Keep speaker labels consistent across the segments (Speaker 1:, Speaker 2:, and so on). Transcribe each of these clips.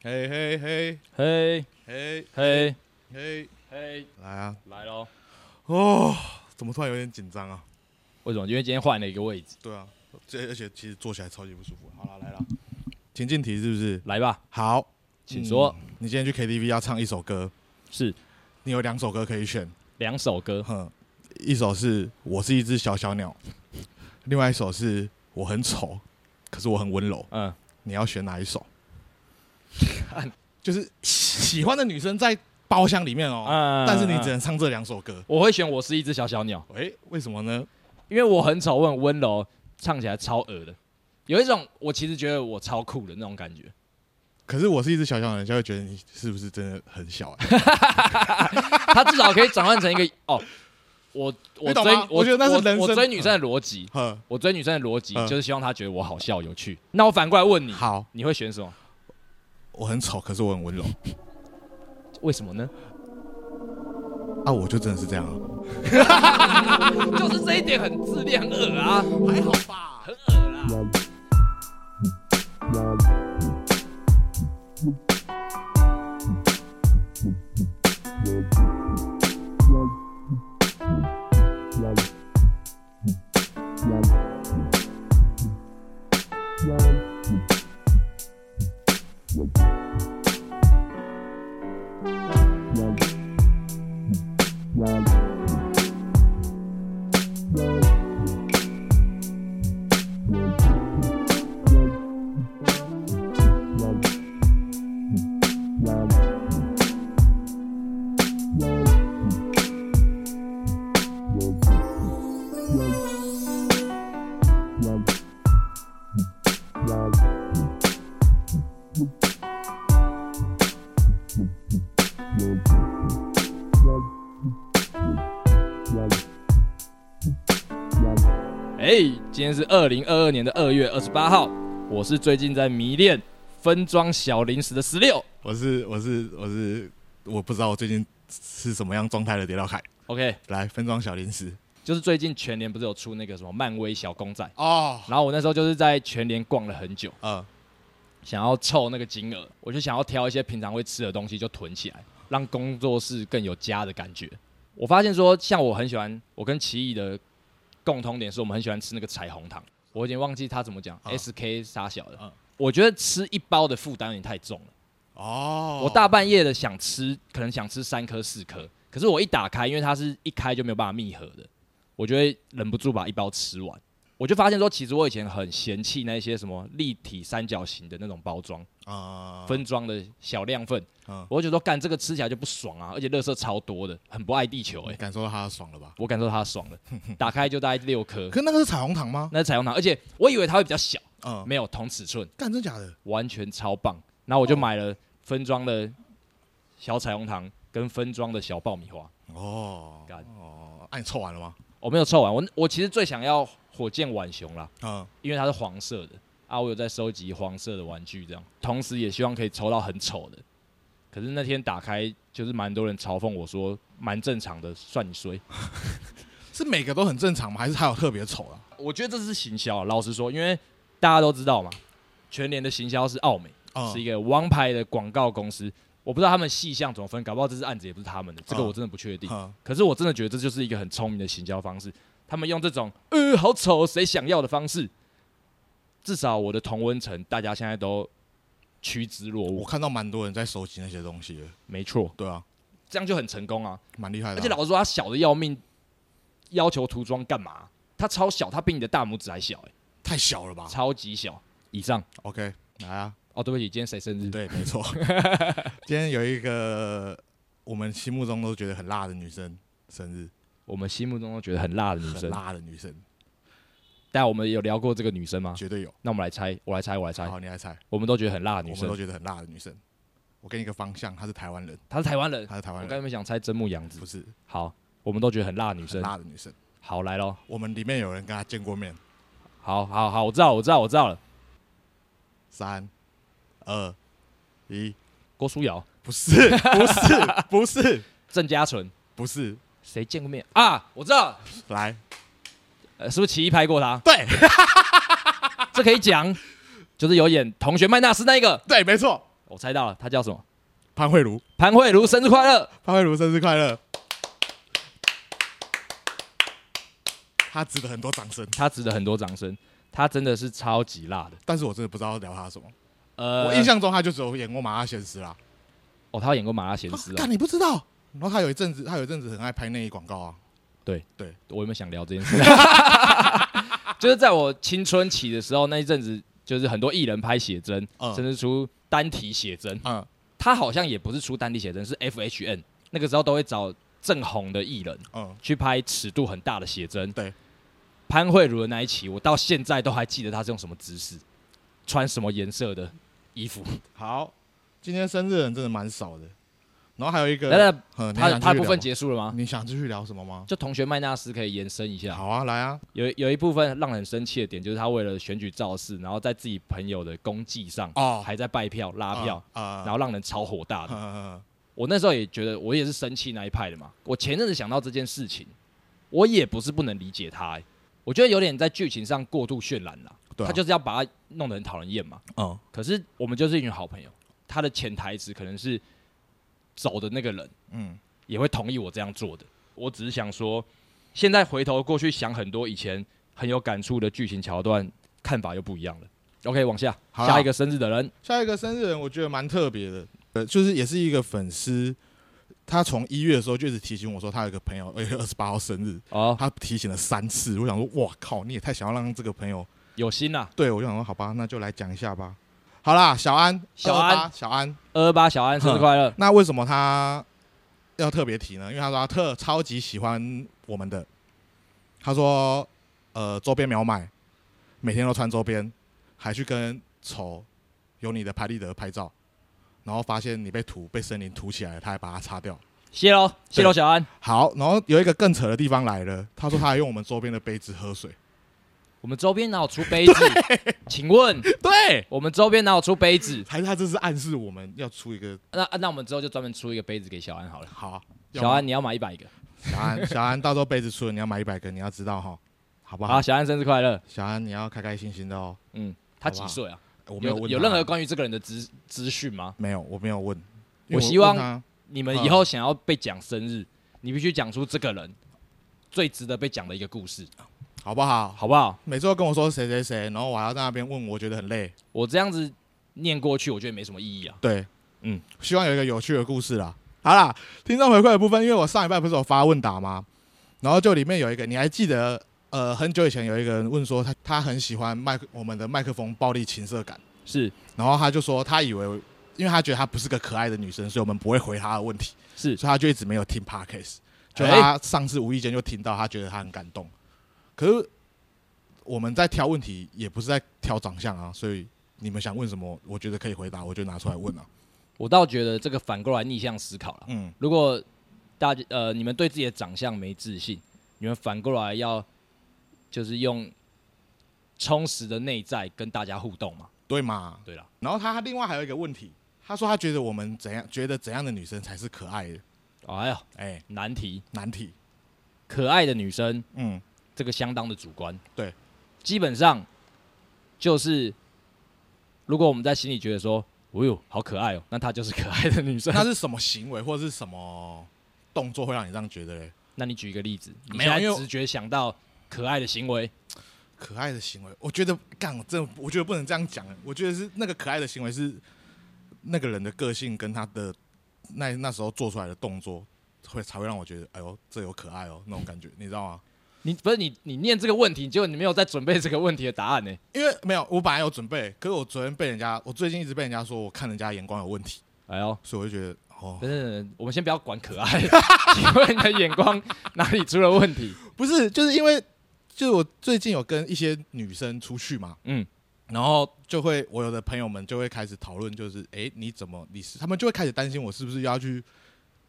Speaker 1: 嘿嘿嘿
Speaker 2: 嘿，
Speaker 1: 嘿
Speaker 2: 嘿，
Speaker 1: 嘿，
Speaker 2: 嘿，
Speaker 1: 来啊！
Speaker 2: 来喽！
Speaker 1: 哦，怎么突然有点紧张啊？
Speaker 2: 为什么？因为今天换了一个位置。
Speaker 1: 对啊，这而且其实坐起来超级不舒服。好了，来了，情境题是不是？
Speaker 2: 来吧，
Speaker 1: 好，
Speaker 2: 请说。
Speaker 1: 嗯你今天去 KTV 要唱一首歌，
Speaker 2: 是
Speaker 1: 你有两首歌可以选，
Speaker 2: 两首歌，
Speaker 1: 哼，一首是我是一只小小鸟，另外一首是我很丑，可是我很温柔。
Speaker 2: 嗯，
Speaker 1: 你要选哪一首？就是喜欢的女生在包厢里面哦，
Speaker 2: 嗯
Speaker 1: 但是你只
Speaker 2: 嗯
Speaker 1: 能唱这两首歌。
Speaker 2: 我会选《我是一只小小鸟》，
Speaker 1: 诶、为什么呢？
Speaker 2: 因为我很丑，我很温柔，唱起来超恶的，有一种我其实觉得我超酷的那种感觉。
Speaker 1: 可是我是一只小小鸟，人家会觉得你是不是真的很小、啊？
Speaker 2: 它至少可以转换成一个哦，我我
Speaker 1: 你懂
Speaker 2: 追
Speaker 1: 吗
Speaker 2: 我
Speaker 1: 我觉得那是人
Speaker 2: 我
Speaker 1: 生
Speaker 2: 追女生的逻辑，
Speaker 1: 呵，
Speaker 2: 我追女生的逻辑
Speaker 1: 嗯
Speaker 2: 就是希望她觉得我好笑有趣。那我反过来问你，
Speaker 1: 好，
Speaker 2: 你会选什么？
Speaker 1: 我很丑，可是我很温柔
Speaker 2: 为什么呢？
Speaker 1: 啊，我就真的是这样、啊。
Speaker 2: 就是这一点很自恋、很恶啊，
Speaker 1: 还好吧，
Speaker 2: 很恶啊啦。哎、今天是二零二二年的二月二十八号，我是最近在迷恋分装小零食的十六。
Speaker 1: 我是我是我是，我不知道我最近是什么样状态的。跌到凯，
Speaker 2: OK，
Speaker 1: 来分装小零食
Speaker 2: 就是最近全联不是有出那个什么漫威小公仔，
Speaker 1: 哦，
Speaker 2: 然后我那时候就是在全联逛了很久，
Speaker 1: 呃，
Speaker 2: 想要凑那个金额，我就想要挑一些平常会吃的东西就囤起来，让工作室更有家的感觉。我发现说，像我很喜欢，我跟奇异的共同点是我们很喜欢吃那个彩虹糖，我已经忘记他怎么讲、
Speaker 1: 嗯
Speaker 2: s k 沙小的。
Speaker 1: 嗯
Speaker 2: 我觉得吃一包的负担有点太重了，
Speaker 1: 哦，
Speaker 2: 我大半夜的想吃，可能想吃三颗四颗，可是我一打开，因为它是一开就没有办法密合的，我就会忍不住把一包吃完。我就发现说，其实我以前很嫌弃那些什么立体三角形的那种包装。
Speaker 1: 啊
Speaker 2: 分装的小量份，
Speaker 1: 嗯
Speaker 2: 我就觉得说干这个吃起来就不爽啊，而且垃圾超多的，很不爱地球哎、
Speaker 1: 感受到他的爽了吧？
Speaker 2: 我感受到它 爽了，打开就大概六颗，
Speaker 1: 可那个是彩虹糖吗？
Speaker 2: 那是彩虹糖，而且我以为它会比较小，
Speaker 1: 嗯，
Speaker 2: 没有同尺寸，
Speaker 1: 干真假的？
Speaker 2: 完全超棒。然后我就买了分装的小彩虹糖跟分装的小爆米花，
Speaker 1: 哦，
Speaker 2: 干
Speaker 1: 哦，啊，你凑完了吗？
Speaker 2: 我没有凑完，我我其实最想要火箭浣熊啦，
Speaker 1: 嗯，
Speaker 2: 因为它是黄色的啊，我有在收集黄色的玩具，这样，同时也希望可以抽到很丑的。可是那天打开，就是蛮多人嘲讽我说，蛮正常的，算你衰。
Speaker 1: 是每个都很正常吗？还是他有特别丑啊？
Speaker 2: 我觉得这是行销啊、老实说，因为大家都知道嘛，全年的行销是奥美，
Speaker 1: 嗯
Speaker 2: 是一个王牌的广告公司。我不知道他们细项怎么分，搞不好这次案子也不是他们的，这个
Speaker 1: 嗯
Speaker 2: 我真的不确定。
Speaker 1: 嗯
Speaker 2: 可是我真的觉得这就是一个很聪明的行销方式。他们用这种“呃，好丑，谁想要”的方式，至少我的同温层大家现在都趋之若
Speaker 1: 我
Speaker 2: 鹜。
Speaker 1: 看到蛮多人在收集那些东西的，
Speaker 2: 没错，
Speaker 1: 对啊，
Speaker 2: 这样就很成功啊！
Speaker 1: 蛮厉害的啊、
Speaker 2: 而且老实说，他小的要命，要求涂装干嘛？他超小，他比你的大拇指还小、欸，
Speaker 1: 太小了吧
Speaker 2: 超级小。以上
Speaker 1: ？OK，来啊，
Speaker 2: 哦，对不起，今天谁生日？
Speaker 1: 对，没 错。今天有一个我们心目中都觉得很辣的女生生日，
Speaker 2: 我们心目中都觉得很辣的女
Speaker 1: 很
Speaker 2: 生，
Speaker 1: 辣的女生
Speaker 2: 但我们有聊过这个女生吗？
Speaker 1: 绝对有。
Speaker 2: 那我们来猜，我来猜，啊我来猜，
Speaker 1: 好，你来猜，
Speaker 2: 我们都觉得很辣的女
Speaker 1: 我们都
Speaker 2: 生，
Speaker 1: 觉得很辣的女生。我给你一个方向，她是台湾人，
Speaker 2: 她是台湾人。
Speaker 1: 她是台
Speaker 2: 我
Speaker 1: 湾
Speaker 2: 刚
Speaker 1: 人，
Speaker 2: 才没想猜真木阳子
Speaker 1: 不，是
Speaker 2: 好，我们都觉得很辣的女
Speaker 1: 很
Speaker 2: 生。
Speaker 1: 辣的女生。
Speaker 2: 好，来喽，
Speaker 1: 我们里面有人跟她见过面。
Speaker 2: 好好好，我知道，我知道，我知道了。
Speaker 1: 三、二、一，
Speaker 2: 郭书瑶、
Speaker 1: 不是，不 是，不是，
Speaker 2: 郑嘉纯，
Speaker 1: 不是，
Speaker 2: 谁见过面啊？我知道，
Speaker 1: 来，
Speaker 2: 呃，是不是奇艺拍 过他？
Speaker 1: 对，
Speaker 2: 这可以讲，就是有演《同学麦纳斯》那一个。
Speaker 1: 对，没错，
Speaker 2: 我猜到了，他叫什么？
Speaker 1: 潘慧茹，
Speaker 2: 潘慧茹，生日快乐！
Speaker 1: 潘慧茹生日快乐！他值得很多掌声，
Speaker 2: 他值得很多掌声，他真的是超级辣的。
Speaker 1: 但是我真的不知道要聊他什么。
Speaker 2: 呃，
Speaker 1: 我印象中他就只有演过《麻辣鲜师》啦。
Speaker 2: 哦，他有演过《麻辣鲜
Speaker 1: 他
Speaker 2: 师》啊
Speaker 1: 干，，你不知道？然后他有一阵子，他有一阵子很爱拍内衣广告啊。
Speaker 2: 我有没有想聊这件事？ 就是在我青春期的时候，那一阵子就是很多艺人拍写真，
Speaker 1: 嗯
Speaker 2: 甚至出单体写真。
Speaker 1: 嗯，
Speaker 2: 他好像也不是出单体写真，是 FHN 那个时候都会找正红的艺人
Speaker 1: 嗯，
Speaker 2: 去拍尺度很大的写真。
Speaker 1: 对，
Speaker 2: 潘慧茹的那一期，我到现在都还记得她是用什么姿势，穿什么颜色的衣服。
Speaker 1: 好，今天生日的人真的蛮少的。然后还有一个，
Speaker 2: 来来，
Speaker 1: 嗯，你
Speaker 2: 她
Speaker 1: 想继
Speaker 2: 她
Speaker 1: 续
Speaker 2: 部分
Speaker 1: 聊
Speaker 2: 结束了吗
Speaker 1: 吗，？你想继续聊什么吗？
Speaker 2: 就同学麦纳斯可以延伸一下。
Speaker 1: 好啊，来啊，
Speaker 2: 有有一部分让人生气的点，就是他为了选举造势，然后在自己朋友的功绩上
Speaker 1: 哦，
Speaker 2: 还在拜票拉票，
Speaker 1: 啊，
Speaker 2: 然后让人超火大的。
Speaker 1: 嗯
Speaker 2: 我那时候也觉得，我也是生气那一派的嘛。我前阵子想到这件事情，我也不是不能理解他、欸我觉得有点在剧情上过度渲染了，
Speaker 1: 对啊
Speaker 2: 他就是要把它弄得很讨人厌嘛。
Speaker 1: 嗯
Speaker 2: 可是我们就是一群好朋友，他的潜台词可能是走的那个人
Speaker 1: 嗯
Speaker 2: 也会同意我这样做的。我只是想说，现在回头过去想很多以前很有感触的剧情桥段，看法又不一样了。OK，往下，
Speaker 1: 好啦
Speaker 2: 下一个生日的人，
Speaker 1: 下一个生日人，我觉得蛮特别的，呃，就是也是一个粉丝，他从一月的时候就一直提醒我说，他有一个朋友二月二十八号生日，
Speaker 2: 哦，
Speaker 1: 他提醒了三次。我想说，哇靠，你也太想要让这个朋友，
Speaker 2: 有心啦，
Speaker 1: 对我就想说，好吧，那就来讲一下吧。好啦，小安，
Speaker 2: 小安
Speaker 1: 228，小安，
Speaker 2: 二二八小安生日 快乐，
Speaker 1: 那为什么他要特别提呢？因为他说他特超级喜欢我们的，他说呃周边没有买，每天都穿周边，还去跟丑有你的拍立得拍照，然后发现你被涂被森林涂起来了，他还把它擦掉。
Speaker 2: 谢喽，谢喽小安。
Speaker 1: 好，然后有一个更扯的地方来了，他说他还用我们周边的杯子喝水，
Speaker 2: 我们周边哪有出杯 子？请问
Speaker 1: 对，
Speaker 2: 我们周边哪有出杯子？
Speaker 1: 还是他这是暗示我们要出一个
Speaker 2: 那啊那我们之后就专门出一个杯子给小安好了。
Speaker 1: 好
Speaker 2: 小安，，你要买一百个。
Speaker 1: 小安，小安，到时候杯子出了，你要买一百个，你要知道哈，好不好？
Speaker 2: 好，小安生日快乐。
Speaker 1: 小安，你要开开心心的哦。
Speaker 2: 嗯，他
Speaker 1: 好
Speaker 2: 几
Speaker 1: 吧
Speaker 2: 岁啊？
Speaker 1: 我没有
Speaker 2: 有
Speaker 1: 问
Speaker 2: 有
Speaker 1: 他
Speaker 2: 任何关于这个人的资资讯吗？
Speaker 1: 没有，我没有问。因为
Speaker 2: 我希望
Speaker 1: 问他
Speaker 2: 你
Speaker 1: 嗯
Speaker 2: 们以后想要被讲生日，你必须讲出这个人最值得被讲的一个故事，
Speaker 1: 好不好？
Speaker 2: 好不好？
Speaker 1: 每次都跟我说谁谁谁，然后我还要在那边问，我觉得很累。
Speaker 2: 我这样子念过去，我觉得没什么意义啊。
Speaker 1: 对，
Speaker 2: 嗯，
Speaker 1: 希望有一个有趣的故事啦。好啦，听众回馈的部分，因为我上一拜不是有发问答吗？然后就里面有一个，你还记得？呃，很久以前有一个人问说他他很喜欢麦克我们的麦克风暴力情色感，
Speaker 2: 是
Speaker 1: 然后他就说他以为，因为他觉得她不是个可爱的女生，所以我们不会回她的问题，
Speaker 2: 是，
Speaker 1: 所以他就一直没有听 podcast。就他上次无意间就听到，他觉得他很感动。可是我们在挑问题，也不是在挑长相啊，所以你们想问什么，我觉得可以回答，我就拿出来问啊。
Speaker 2: 我倒觉得这个反过来逆向思考了。
Speaker 1: 嗯，
Speaker 2: 如果大家呃你们对自己的长相没自信，你们反过来要就是用充实的内在跟大家互动嘛。
Speaker 1: 对嘛。
Speaker 2: 对了，
Speaker 1: 然后他另外还有一个问题，他说他觉得我们怎样，觉得怎样的女生才是可爱的？
Speaker 2: 哎呀，
Speaker 1: 哎、
Speaker 2: 难题，
Speaker 1: 难题。
Speaker 2: 可爱的女生
Speaker 1: 嗯，
Speaker 2: 这个相当的主观。
Speaker 1: 对，
Speaker 2: 基本上就是，如果我们在心里觉得说，哦呦，好可爱哦，那她就是可爱的女生。
Speaker 1: 那是什么行为或者是什么动作会让你这样觉得嘞？
Speaker 2: 那你举一个例子，你
Speaker 1: 没
Speaker 2: 现
Speaker 1: 有
Speaker 2: 在
Speaker 1: 因为
Speaker 2: 直觉想到可爱的行为，
Speaker 1: 可爱的行为，我觉得干，我真的我觉得不能这样讲。我觉得是那个可爱的行为是那个人的个性跟他的那那时候做出来的动作，会才会让我觉得，哎呦，这有可爱哦那种感觉，你知道吗？
Speaker 2: 你不是你你念这个问题，结果你没有在准备这个问题的答案呢、
Speaker 1: 因为没有，我本来有准备，可是我昨天被人家，我最近一直被人家说我看人家眼光有问题，
Speaker 2: 哎呦，
Speaker 1: 所以我就觉得，哦，
Speaker 2: 等等等等，我们先不要管可爱， 请问你的眼光哪里出了问题？
Speaker 1: 不是，就是因为就是我最近有跟一些女生出去嘛，
Speaker 2: 嗯，
Speaker 1: 然后就会我有的朋友们就会开始讨论，就是诶，你怎么你是他们就会开始担心我是不是要去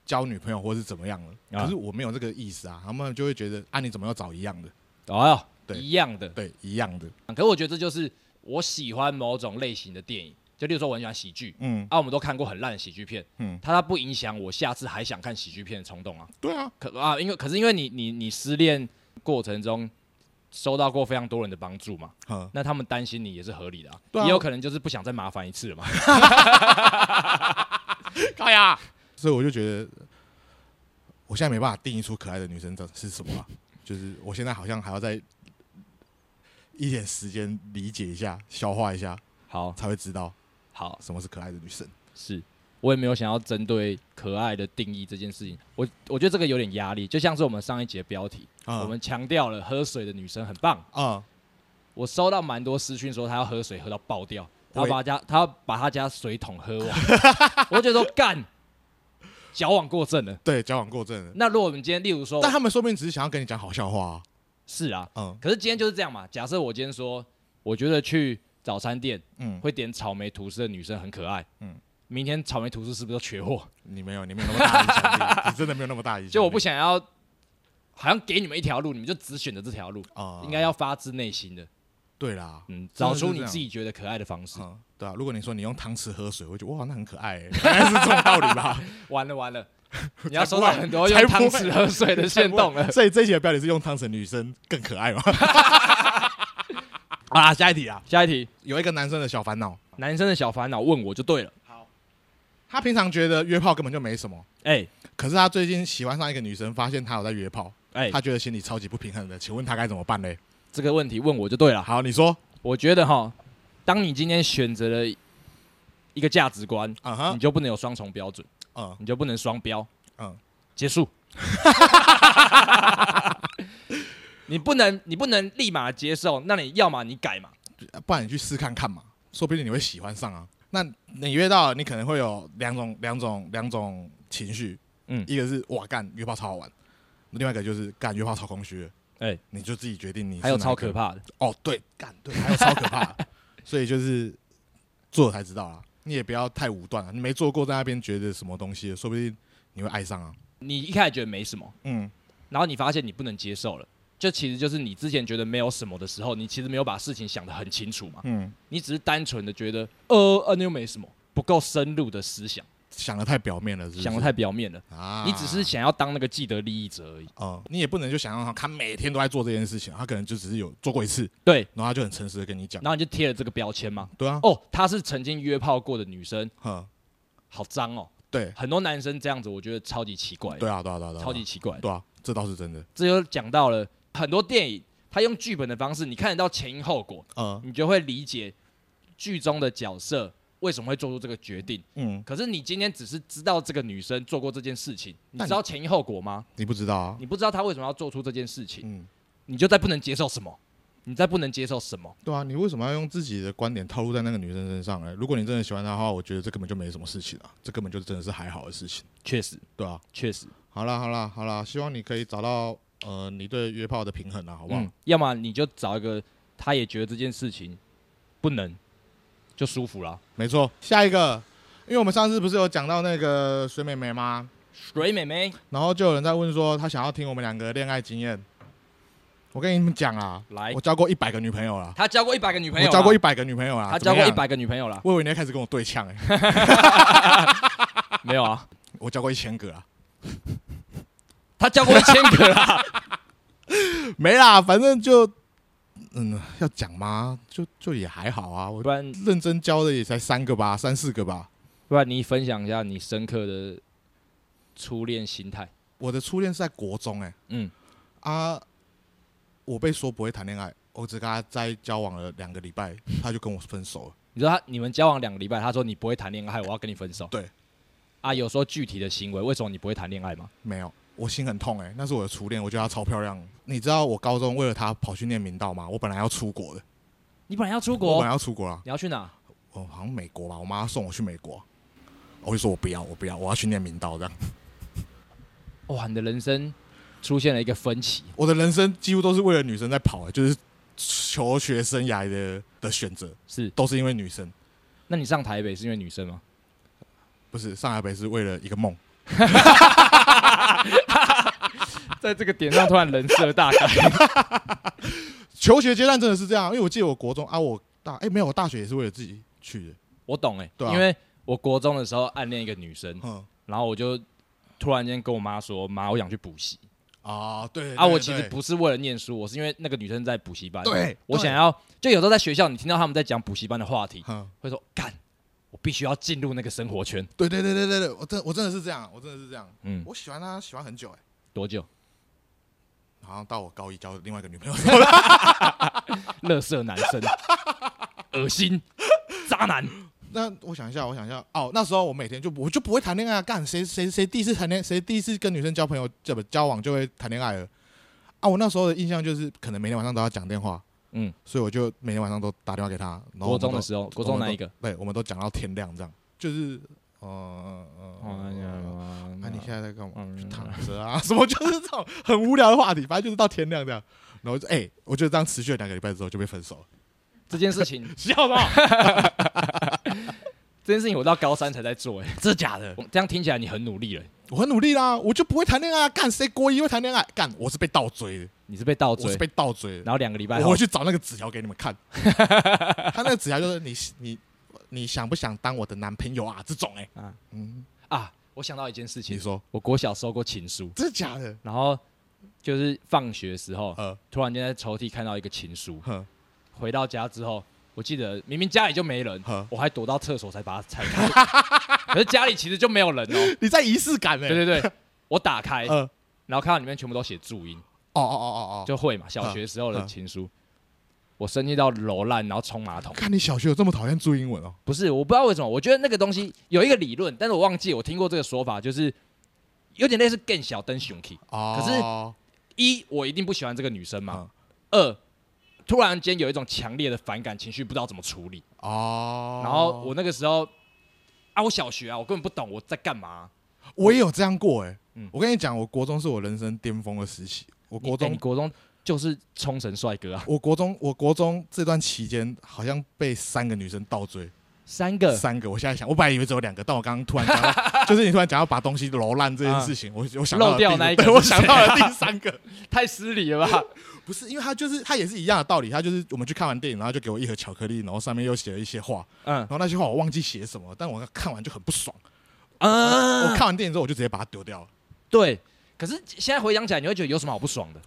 Speaker 1: 交女朋友或是怎么样了，
Speaker 2: 啊
Speaker 1: 可是我没有这个意思啊，他们就会觉得啊你怎么要找一样的，
Speaker 2: 哎呦，
Speaker 1: 对
Speaker 2: 一样的。
Speaker 1: 对，一样的，
Speaker 2: 可是我觉得这就是我喜欢某种类型的电影，就例如说我很喜欢喜剧，
Speaker 1: 嗯
Speaker 2: 啊，我们都看过很烂的喜剧片，
Speaker 1: 嗯，
Speaker 2: 它它不影响我下次还想看喜剧片的冲动啊。
Speaker 1: 对啊，
Speaker 2: 可啊，因为可是因为你你你失恋过程中收到过非常多人的帮助嘛，
Speaker 1: 嗯，
Speaker 2: 那他们担心你也是合理的、哦啊，
Speaker 1: 对啊
Speaker 2: 也有可能就是不想再麻烦一次 了嘛。高雅，
Speaker 1: 所以我就觉得，我现在没办法定义出可爱的女生长是什么、啊，就是我现在好像还要再一点时间理解一下、消化一下，
Speaker 2: 好
Speaker 1: 才会知道
Speaker 2: 好
Speaker 1: 什么是可爱的女生。
Speaker 2: 是，我也没有想要针对可爱的定义这件事情，我我觉得这个有点压力，就像是我们上一节标题，
Speaker 1: 啊、
Speaker 2: 我们强调了喝水的女生很棒，
Speaker 1: 啊、
Speaker 2: 我收到蛮多私讯说她要喝水喝到爆掉，她要
Speaker 1: 喂
Speaker 2: 把家她要把她家水桶喝 完，我就觉得说干，矫枉过正了。
Speaker 1: 对，交往过正了，
Speaker 2: 那如果我们今天例如说
Speaker 1: 但，他们说不定只是想要跟你讲好笑话、啊。
Speaker 2: 是啊，
Speaker 1: 嗯
Speaker 2: 可是今天就是这样嘛。假设我今天说，我觉得去早餐店
Speaker 1: 嗯，
Speaker 2: 会点草莓吐司的女生很可爱，嗯
Speaker 1: 嗯，
Speaker 2: 明天草莓吐司是不是都 缺货？
Speaker 1: 你没有，你没有那么大影响力，你真的没有那么大影响力。
Speaker 2: 就我不想要，好像给你们一条路，你们就只选择这条路，
Speaker 1: 啊、
Speaker 2: 应该要发自内心的，
Speaker 1: 对啦。
Speaker 2: 嗯，
Speaker 1: 真
Speaker 2: 找
Speaker 1: 的是
Speaker 2: 出你
Speaker 1: 这样
Speaker 2: 自己觉得可爱的方式。
Speaker 1: 嗯，对啊，如果你说你用汤匙喝水，我会觉得哇，那很可 爱、欸，大概是这种道理吧。
Speaker 2: 完了完 了，你要
Speaker 1: 才
Speaker 2: 收
Speaker 1: 不
Speaker 2: 到
Speaker 1: 会
Speaker 2: 很多用
Speaker 1: 才不
Speaker 2: 汤
Speaker 1: 会
Speaker 2: 匙喝水的线动了
Speaker 1: 所以这一集的标题是用汤匙女生更可 爱吗？好啦，下一题啊，
Speaker 2: 下一题，
Speaker 1: 有一个男生的小烦恼，
Speaker 2: 男生的小烦恼问我就对了。
Speaker 1: 他平常觉得约炮根本就没什么，
Speaker 2: 哎
Speaker 1: 可是他最近喜欢上一个女生，发现他有在约炮，
Speaker 2: 哎，
Speaker 1: 他觉得心里超级不平衡的，请问他该怎么办嘞？
Speaker 2: 这个问题问我就对了。
Speaker 1: 好，你说，
Speaker 2: 我觉得哈，当你今天选择了一个价值观，
Speaker 1: 嗯哼
Speaker 2: 你，就不能有双重标准，
Speaker 1: 嗯
Speaker 2: 你就不能双标。
Speaker 1: 嗯，
Speaker 2: 结束。 你不能，你不能立马接受，那你要么你改嘛。
Speaker 1: 不然你去试看看嘛，说不定你会喜欢上啊。那你约到了，你可能会有两种、两种、两种情绪，
Speaker 2: 嗯
Speaker 1: 一个是哇干约炮超好玩，另外一个就是干约炮超空虚，
Speaker 2: 哎
Speaker 1: 你就自己决定你是
Speaker 2: 还有
Speaker 1: 哪
Speaker 2: 超
Speaker 1: 一个
Speaker 2: 可怕的，
Speaker 1: 哦，对，干对，还有超可 怕的，所以就是做了才知道啦。你也不要太武断了，你没做过在那边觉得什么东西，说不定你会爱上啊。
Speaker 2: 你一开始觉得没什么，
Speaker 1: 嗯，
Speaker 2: 然后你发现你不能接受了，就其实就是你之前觉得没有什么的时候，你其实没有把事情想得很清楚嘛，
Speaker 1: 嗯，
Speaker 2: 你只是单纯的觉得呃呃那又没什么，不够深入的思想，
Speaker 1: 想的太表面了是不是，
Speaker 2: 想得太表面了，
Speaker 1: 啊，
Speaker 2: 你只是想要当那个既得利益者而已。
Speaker 1: 哦、你也不能就想让他，他每天都在做这件事情，他可能就只是有做过一次，
Speaker 2: 对，
Speaker 1: 然后他就很诚实的跟你讲，
Speaker 2: 然后你就贴了这个标签嘛，
Speaker 1: 对啊，
Speaker 2: 哦，她是曾经约炮过的女生，
Speaker 1: 哼，
Speaker 2: 好脏哦，
Speaker 1: 对，
Speaker 2: 很多男生这样子，我觉得超级奇怪，
Speaker 1: 对啊，对啊，对啊，对啊
Speaker 2: 哎超级奇怪。
Speaker 1: 对啊，这倒是真的，
Speaker 2: 这就讲到了很多电影，他用剧本的方式，你看得到前因后果，
Speaker 1: 呃，
Speaker 2: 你就会理解剧中的角色为什么会做出这个决定。
Speaker 1: 嗯，
Speaker 2: 可是你今天只是知道这个女生做过这件事情，你
Speaker 1: 但
Speaker 2: 知道前因后果吗？
Speaker 1: 你不知道啊，
Speaker 2: 你不知道她为什么要做出这件事情，
Speaker 1: 嗯，
Speaker 2: 你就再不能接受什么，你再不能接受什么。
Speaker 1: 对啊，你为什么要用自己的观点套路在那个女生身上呢？如果你真的喜欢她的话，我觉得这根本就没什么事情啊，这根本就真的是还好的事情，
Speaker 2: 确实，
Speaker 1: 对啊，
Speaker 2: 确实，
Speaker 1: 好啦，好啦，好啦，希望你可以找到呃你对约炮的平衡啊，好不好？
Speaker 2: 嗯，要么你就找一个，她也觉得这件事情不能，就舒服了。
Speaker 1: 没错，下一个，因为我们上次不是有讲到那个水美眉吗？
Speaker 2: 水妹妹，
Speaker 1: 然后就有人在问说，他想要听我们两个恋爱经验。我跟你们讲啊，
Speaker 2: 来
Speaker 1: 我，交过一百个女朋友啦，
Speaker 2: 她交过一百个女朋
Speaker 1: 我
Speaker 2: 友，
Speaker 1: 交过一，百个女朋友啦，
Speaker 2: 她
Speaker 1: 怎
Speaker 2: 交
Speaker 1: 么
Speaker 2: 过
Speaker 1: 样
Speaker 2: 一，百个女朋友了，
Speaker 1: 我以为你要开始跟我对呛哎、
Speaker 2: 没有啊？
Speaker 1: 我交过一千个啊啦，
Speaker 2: 她交过一千个啦，
Speaker 1: 没啦，反正就，嗯，要讲吗？就就也还好啊，我
Speaker 2: 不然
Speaker 1: 认真交的也才三个吧，三四个吧。
Speaker 2: 不然你分享一下你深刻的初恋心态。
Speaker 1: 我的初恋是在国中哎、
Speaker 2: 嗯，
Speaker 1: 啊，我被说不会谈恋爱，我只跟他在交往了两个礼拜，他就跟我分手了。
Speaker 2: 你说他你们交往两个礼拜，他说你不会谈恋爱，我要跟你分手。
Speaker 1: 对。
Speaker 2: 啊，有说具体的行为，为什么你不会谈恋爱吗？
Speaker 1: 没有，我心很痛哎、那是我的初恋，我觉得她超漂亮。你知道我高中为了她跑去念明道吗？我本来要出国的，
Speaker 2: 你本来要出
Speaker 1: 我
Speaker 2: 国
Speaker 1: 本，来要出国啦，
Speaker 2: 你要去哪？
Speaker 1: 我好像美国吧，我妈送我去美国，我就说我不要，我不要，我要去念明道这样。
Speaker 2: 哦哇，你的人生出现了一个分歧。
Speaker 1: 我的人生几乎都是为了女生在跑、欸，就是求学生涯的的选择
Speaker 2: 是，
Speaker 1: 都是因为女生，
Speaker 2: 那你上台北是因为女生吗？
Speaker 1: 不是上海北是为了一个梦。
Speaker 2: 在这个点上突然人设大改。
Speaker 1: 求学阶段真的是这样，因为我记得我国中啊，我大哎、没有，我大学也是为了自己去的。
Speaker 2: 我懂哎、
Speaker 1: 对啊
Speaker 2: 因为我国中的时候暗恋一个女生，
Speaker 1: 嗯，
Speaker 2: 然后我就突然间跟我妈说：“妈，我想去补习。”
Speaker 1: 哦，对
Speaker 2: 啊，
Speaker 1: 对
Speaker 2: 我其实
Speaker 1: 对
Speaker 2: 不是为了念书，我是因为那个女生在补习班，
Speaker 1: 对
Speaker 2: 我
Speaker 1: 对
Speaker 2: 想要就有时候在学校，你听到他们在讲补习班的话题，
Speaker 1: 哼，
Speaker 2: 会说干，我必须要进入那个生活圈，
Speaker 1: 对对对对对对，我真我真的是这样，我真的是这样，
Speaker 2: 嗯，
Speaker 1: 我喜欢他喜欢很久哎、
Speaker 2: 多久？
Speaker 1: 好像到我高一交另外一个女朋友，
Speaker 2: 乐色男生，恶心，渣男，
Speaker 1: 那我想一下，我想一下，哦，那时候我每天就不我就不会谈恋爱啊，干谁谁谁第一次谈恋谁第一次跟女生交朋友这不交往就会谈恋爱了啊！我那时候的印象就是可能每天晚上都要讲电话，
Speaker 2: 嗯，
Speaker 1: 所以我就每天晚上都打电话给他。然后我
Speaker 2: 国
Speaker 1: 们
Speaker 2: 中
Speaker 1: 都
Speaker 2: 的时候，国
Speaker 1: 我
Speaker 2: 中
Speaker 1: 们
Speaker 2: 哪
Speaker 1: 都
Speaker 2: 一个？
Speaker 1: 对，我们都讲到天亮这样，就是呃呃
Speaker 2: 哦
Speaker 1: 呃，那、你现在在干嘛？
Speaker 2: 嗯
Speaker 1: 就躺着啊， 什么就是这种很无聊的话题，反正就是到天亮这样。然后就哎、我就这样持续了两个礼拜之后就被分手了，
Speaker 2: 这件 事情，
Speaker 1: 笑到
Speaker 2: 这件事情我到高三才在做，哎，这假的？这样听起来你很努力了，
Speaker 1: 我很努力啦，我就不会谈恋爱啊，干谁国一会谈恋爱？干我是被倒追的，
Speaker 2: 你是被倒
Speaker 1: 我
Speaker 2: 追
Speaker 1: 是，被倒追的。
Speaker 2: 然后两个礼拜
Speaker 1: 我
Speaker 2: 后
Speaker 1: 会，去找那个纸条给你们 看，他那个纸条就是你你你想不想当我的男朋友啊？这种哎、
Speaker 2: 啊
Speaker 1: 嗯，
Speaker 2: 啊，我想到一件事
Speaker 1: 你
Speaker 2: 情，
Speaker 1: 说
Speaker 2: 我国小收过情书，
Speaker 1: 真的假的？
Speaker 2: 然后就是放学时候，
Speaker 1: 呃，
Speaker 2: 突然间在抽屉看到一个情书，
Speaker 1: 哼
Speaker 2: 回到家之后，我记得明明家里就没人
Speaker 1: 呵，
Speaker 2: 我还躲到厕所才把它拆开， 可是家里其实就没有人哦。
Speaker 1: 你在仪式感哎、
Speaker 2: 对对对，我打开，
Speaker 1: 呃，
Speaker 2: 然后看到里面全部都写注音，
Speaker 1: 哦哦哦哦哦，
Speaker 2: 就会嘛，小学时候的情书。我生气到揉烂，然后冲马桶。
Speaker 1: 看你小学有这么讨厌注英文哦？
Speaker 2: 不是，我不知道为什么，我觉得那个东西有一个理论，但是我忘记我听过这个说法，就是有点类似更小灯熊 key。
Speaker 1: 哦，
Speaker 2: 可一，我一定不喜欢这个女生嘛。
Speaker 1: 嗯
Speaker 2: 二，突然间有一种强烈的反感情绪，不知道怎么处理。
Speaker 1: 哦，
Speaker 2: 然后我那个时候啊，我小学啊，我根本不懂我在干嘛。
Speaker 1: 我也有这样过哎、
Speaker 2: 嗯
Speaker 1: 我跟你讲，我国中是我人生巅峰的时期，我
Speaker 2: 你
Speaker 1: 国
Speaker 2: 哎
Speaker 1: 中
Speaker 2: 你国中就是冲绳帅哥啊，
Speaker 1: 我国中，我国中这段期间好像被三个女生倒追，
Speaker 2: 三个
Speaker 1: 三个。我现在想，我本来以为只有两个，但我刚刚突然讲 到，就是你突然讲到把东西揉烂这件事情，我我想到了
Speaker 2: 啊漏掉
Speaker 1: 第
Speaker 2: 那一个
Speaker 1: 对我
Speaker 2: 是谁
Speaker 1: 想到 了第三个，
Speaker 2: 太失礼了 吧？
Speaker 1: 不是，因为他就是他也是一样的道理，他就是我们去看完电影，然后就给我一盒巧克力，然后上面又写了一些话，
Speaker 2: 嗯
Speaker 1: 然后那些话我忘记写什么，但我看完就很不爽，我
Speaker 2: 啊，
Speaker 1: 看完电影之后我就直接把它丢掉了。
Speaker 2: 对。可是现在回想起来，你会觉得有什么好不爽的？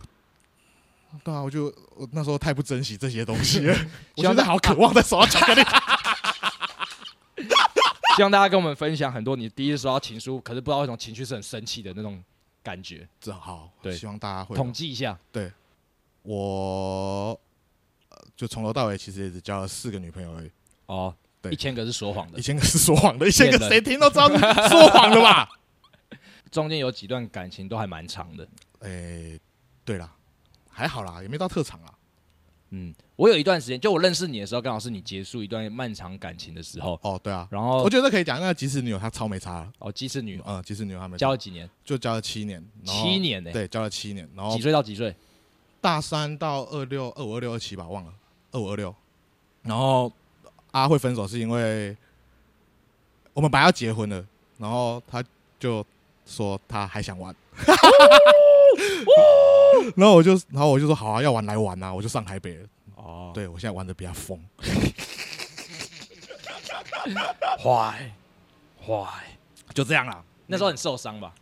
Speaker 1: 对啊，我就我那时候太不珍惜这些东 西了，我
Speaker 2: 希望
Speaker 1: 现在好渴望再收到巧克力。
Speaker 2: 希望大家跟我们分享很多你第一次收到情书，可是不知道为什么情绪是很生气的那种感觉。
Speaker 1: 正好，
Speaker 2: 对
Speaker 1: 希望大家会有
Speaker 2: 统计一下，
Speaker 1: 我呃就从头到尾其实也只交了四个女朋友而已，
Speaker 2: 哦，
Speaker 1: 对
Speaker 2: 一千个是说谎
Speaker 1: 一
Speaker 2: 的，
Speaker 1: 千个是说谎的，一千个
Speaker 2: 嗯骗人
Speaker 1: 谁听都知道是说谎的吧？
Speaker 2: 中间有几段感情都还蛮长的。
Speaker 1: 哎、对啦，还好啦，也没到特长啦。
Speaker 2: 嗯，我有一段时间，就我认识你的时候，刚好是你结束一段漫长感情的时候，
Speaker 1: 哦，对啊，
Speaker 2: 然后
Speaker 1: 我觉得可以讲，那即使女友她超没差了，
Speaker 2: 哦，鸡翅女
Speaker 1: 嗯，即使女友她没
Speaker 2: 交
Speaker 1: 差
Speaker 2: 了几年？
Speaker 1: 就交了七年，然后
Speaker 2: 七年呢、
Speaker 1: 对，交了七年，然后
Speaker 2: 几岁到几岁？
Speaker 1: 大三到二六二五二六二七吧，忘了二五二六，然后啊会分手是因为我们本来要结婚了，然后他就说他还想玩， 然后我就然后我就说好啊，要玩来玩啊，我就上台北了，
Speaker 2: 哦，
Speaker 1: 对我现在玩的比较疯，
Speaker 2: 坏坏，
Speaker 1: 就这样啦，
Speaker 2: 那时候很受伤吧？